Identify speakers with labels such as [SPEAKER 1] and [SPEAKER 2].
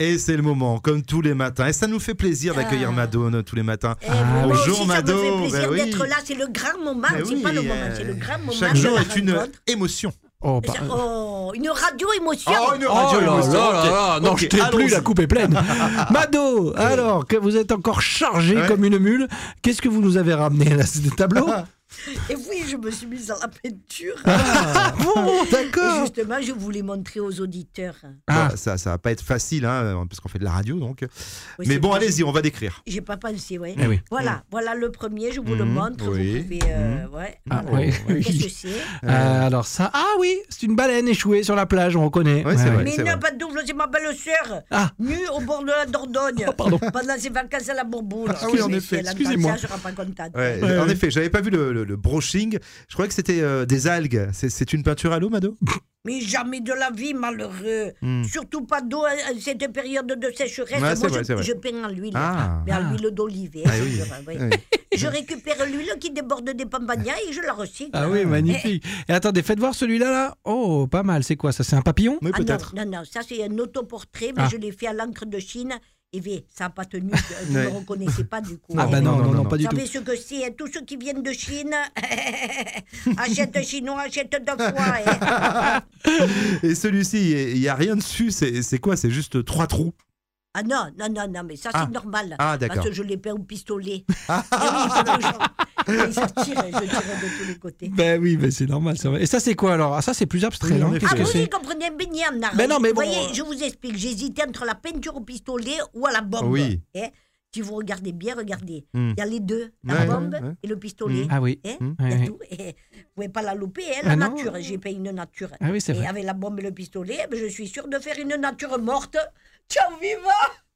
[SPEAKER 1] Et c'est le moment, comme tous les matins. Et ça nous fait plaisir d'accueillir
[SPEAKER 2] Ah.
[SPEAKER 1] Madone tous les matins.
[SPEAKER 2] Eh,
[SPEAKER 3] Ah,
[SPEAKER 2] moi
[SPEAKER 1] bonjour,
[SPEAKER 2] aussi,
[SPEAKER 1] Mado,
[SPEAKER 2] Ça me fait plaisir
[SPEAKER 1] bah oui.
[SPEAKER 2] d'être là. C'est le grand moment.
[SPEAKER 1] Eh
[SPEAKER 2] c'est
[SPEAKER 1] oui,
[SPEAKER 2] pas le moment,
[SPEAKER 1] euh,
[SPEAKER 2] c'est le grand moment.
[SPEAKER 1] Chaque
[SPEAKER 2] de
[SPEAKER 1] jour
[SPEAKER 2] la
[SPEAKER 1] est une bah, euh,
[SPEAKER 2] rencontre.
[SPEAKER 1] émotion.
[SPEAKER 3] Oh,
[SPEAKER 2] Ça- Oh, une radio Oh, émotion.
[SPEAKER 1] oh,
[SPEAKER 3] là là
[SPEAKER 1] émotion,
[SPEAKER 3] là
[SPEAKER 1] ok.
[SPEAKER 3] là, non,
[SPEAKER 1] Ok,
[SPEAKER 3] je t'ai plus,
[SPEAKER 1] allons-y.
[SPEAKER 3] la coupe est pleine. Mado, alors que vous êtes encore chargé
[SPEAKER 1] Ouais. Ah.
[SPEAKER 3] comme une mule, qu'est-ce que vous nous avez ramené là C'est des tableaux
[SPEAKER 2] Et oui, je me suis mise à la peinture.
[SPEAKER 3] Ah bon,
[SPEAKER 2] Et
[SPEAKER 3] d'accord.
[SPEAKER 2] justement, je voulais montrer aux auditeurs.
[SPEAKER 3] Ah.
[SPEAKER 1] Bah, ça, ça va pas être facile, hein, parce qu'on fait de la radio, donc.
[SPEAKER 2] Oui,
[SPEAKER 1] Mais
[SPEAKER 2] c'est
[SPEAKER 1] bon,
[SPEAKER 2] vrai.
[SPEAKER 1] allez-y, on va décrire.
[SPEAKER 2] J'ai pas pensé, ouais.
[SPEAKER 3] Eh oui.
[SPEAKER 2] Voilà, voilà le premier, je vous le
[SPEAKER 1] Mhm,
[SPEAKER 2] montre.
[SPEAKER 1] oui. Mm.
[SPEAKER 2] Vous pouvez. euh, ouais.
[SPEAKER 3] Ah,
[SPEAKER 2] Voilà.
[SPEAKER 3] oui.
[SPEAKER 2] Qu'est-ce que c'est
[SPEAKER 3] Euh, alors ça, ah oui, c'est une baleine échouée sur la plage, on reconnaît.
[SPEAKER 1] Ouais, c'est vrai.
[SPEAKER 2] Mais
[SPEAKER 1] c'est
[SPEAKER 2] non, pas de double, c'est ma belle-sœur,
[SPEAKER 3] Ah.
[SPEAKER 2] nue au bord de la Dordogne,
[SPEAKER 3] pardon.
[SPEAKER 2] pendant ses vacances à la Bourboule.
[SPEAKER 1] Oh, Ah oui, en
[SPEAKER 2] Mais
[SPEAKER 1] effet,
[SPEAKER 2] si elle entend
[SPEAKER 3] excusez-moi.
[SPEAKER 2] ça, Je serai pas contente.
[SPEAKER 1] Ouais,
[SPEAKER 3] Ouais,
[SPEAKER 1] Euh, en
[SPEAKER 3] ouais.
[SPEAKER 1] effet, j'avais pas vu le, le- le broching. Je croyais que c'était euh, des algues. C'est- C'est une peinture à l'eau, Mado
[SPEAKER 2] Mais jamais de la vie, malheureux.
[SPEAKER 1] Hmm.
[SPEAKER 2] Surtout pas d'eau à à cette période de sécheresse.
[SPEAKER 1] Ouais, c'est
[SPEAKER 2] Moi,
[SPEAKER 1] vrai, c'est
[SPEAKER 2] je,
[SPEAKER 1] vrai.
[SPEAKER 2] je peins en l'huile.
[SPEAKER 1] Ah.
[SPEAKER 2] Mais
[SPEAKER 3] Ah.
[SPEAKER 2] en l'huile d'olive. hein,
[SPEAKER 1] Ah
[SPEAKER 2] c'est
[SPEAKER 1] oui.
[SPEAKER 2] sûr, hein, oui.
[SPEAKER 1] Ouais.
[SPEAKER 2] Je récupère l'huile qui déborde des pampagnas et je la recycle.
[SPEAKER 3] Ah oui, magnifique. Et attendez, faites voir celui-là là. Oh, pas mal, c'est quoi ça C'est un papillon
[SPEAKER 1] Oui,
[SPEAKER 2] Ah non,
[SPEAKER 1] peut-être.
[SPEAKER 2] non, non, ça c'est un autoportrait, mais
[SPEAKER 3] Ah.
[SPEAKER 2] je l'ai fait à l'encre de Chine. Et bien, ça n'a pas tenu, je ne
[SPEAKER 1] Ouais.
[SPEAKER 2] le reconnaissais pas du coup.
[SPEAKER 3] Ah
[SPEAKER 2] Eh
[SPEAKER 3] bah
[SPEAKER 2] ben,
[SPEAKER 3] non, non,
[SPEAKER 1] non,
[SPEAKER 3] non,
[SPEAKER 1] non,
[SPEAKER 2] Vous
[SPEAKER 3] pas du tout.
[SPEAKER 2] savez ce que c'est hein, Tous ceux qui viennent de Chine achètent chinois, achètent deux fois. hein.
[SPEAKER 1] Et celui-ci, il n'y a rien dessus. C'est c'est quoi C'est juste trois trous.
[SPEAKER 2] Ah non, non, non, non, mais ça c'est
[SPEAKER 1] Ah.
[SPEAKER 2] normal.
[SPEAKER 1] Ah, d'accord.
[SPEAKER 2] Parce que je les peins au pistolet. Eh oui, c'est vrai, je- Et ça tire, je tire de tous les côtés.
[SPEAKER 3] Ben oui, mais c'est normal. c'est vrai. Et ça, c'est quoi alors Ah, ça, c'est plus abstrait.
[SPEAKER 1] Oui, en
[SPEAKER 3] hein.
[SPEAKER 1] effet.
[SPEAKER 3] Qu'est-ce
[SPEAKER 2] Ah,
[SPEAKER 3] que
[SPEAKER 2] vous
[SPEAKER 3] c'est
[SPEAKER 2] y comprenez un beignet en arrêt.
[SPEAKER 3] Mais non, mais
[SPEAKER 2] Vous
[SPEAKER 3] bon,
[SPEAKER 2] voyez,
[SPEAKER 3] euh,
[SPEAKER 2] je vous explique, j'hésitais entre la peinture au pistolet ou à la bombe.
[SPEAKER 1] Oui.
[SPEAKER 2] Eh, si vous regardez bien, regardez.
[SPEAKER 1] Hmm.
[SPEAKER 2] Il y a les deux, la
[SPEAKER 1] Ouais,
[SPEAKER 2] bombe
[SPEAKER 1] ouais.
[SPEAKER 2] et le pistolet.
[SPEAKER 3] Ah oui.
[SPEAKER 2] Eh,
[SPEAKER 1] Hmm.
[SPEAKER 2] il y a
[SPEAKER 3] Ouais,
[SPEAKER 2] tout. Eh, vous pouvez pas la louper, eh, la
[SPEAKER 3] Ah non.
[SPEAKER 2] nature. J'ai payé une nature.
[SPEAKER 3] Ah oui, c'est
[SPEAKER 2] et
[SPEAKER 3] vrai.
[SPEAKER 2] avec la bombe et le pistolet, eh ben, je suis sûr de faire une nature morte. Tiens, vivant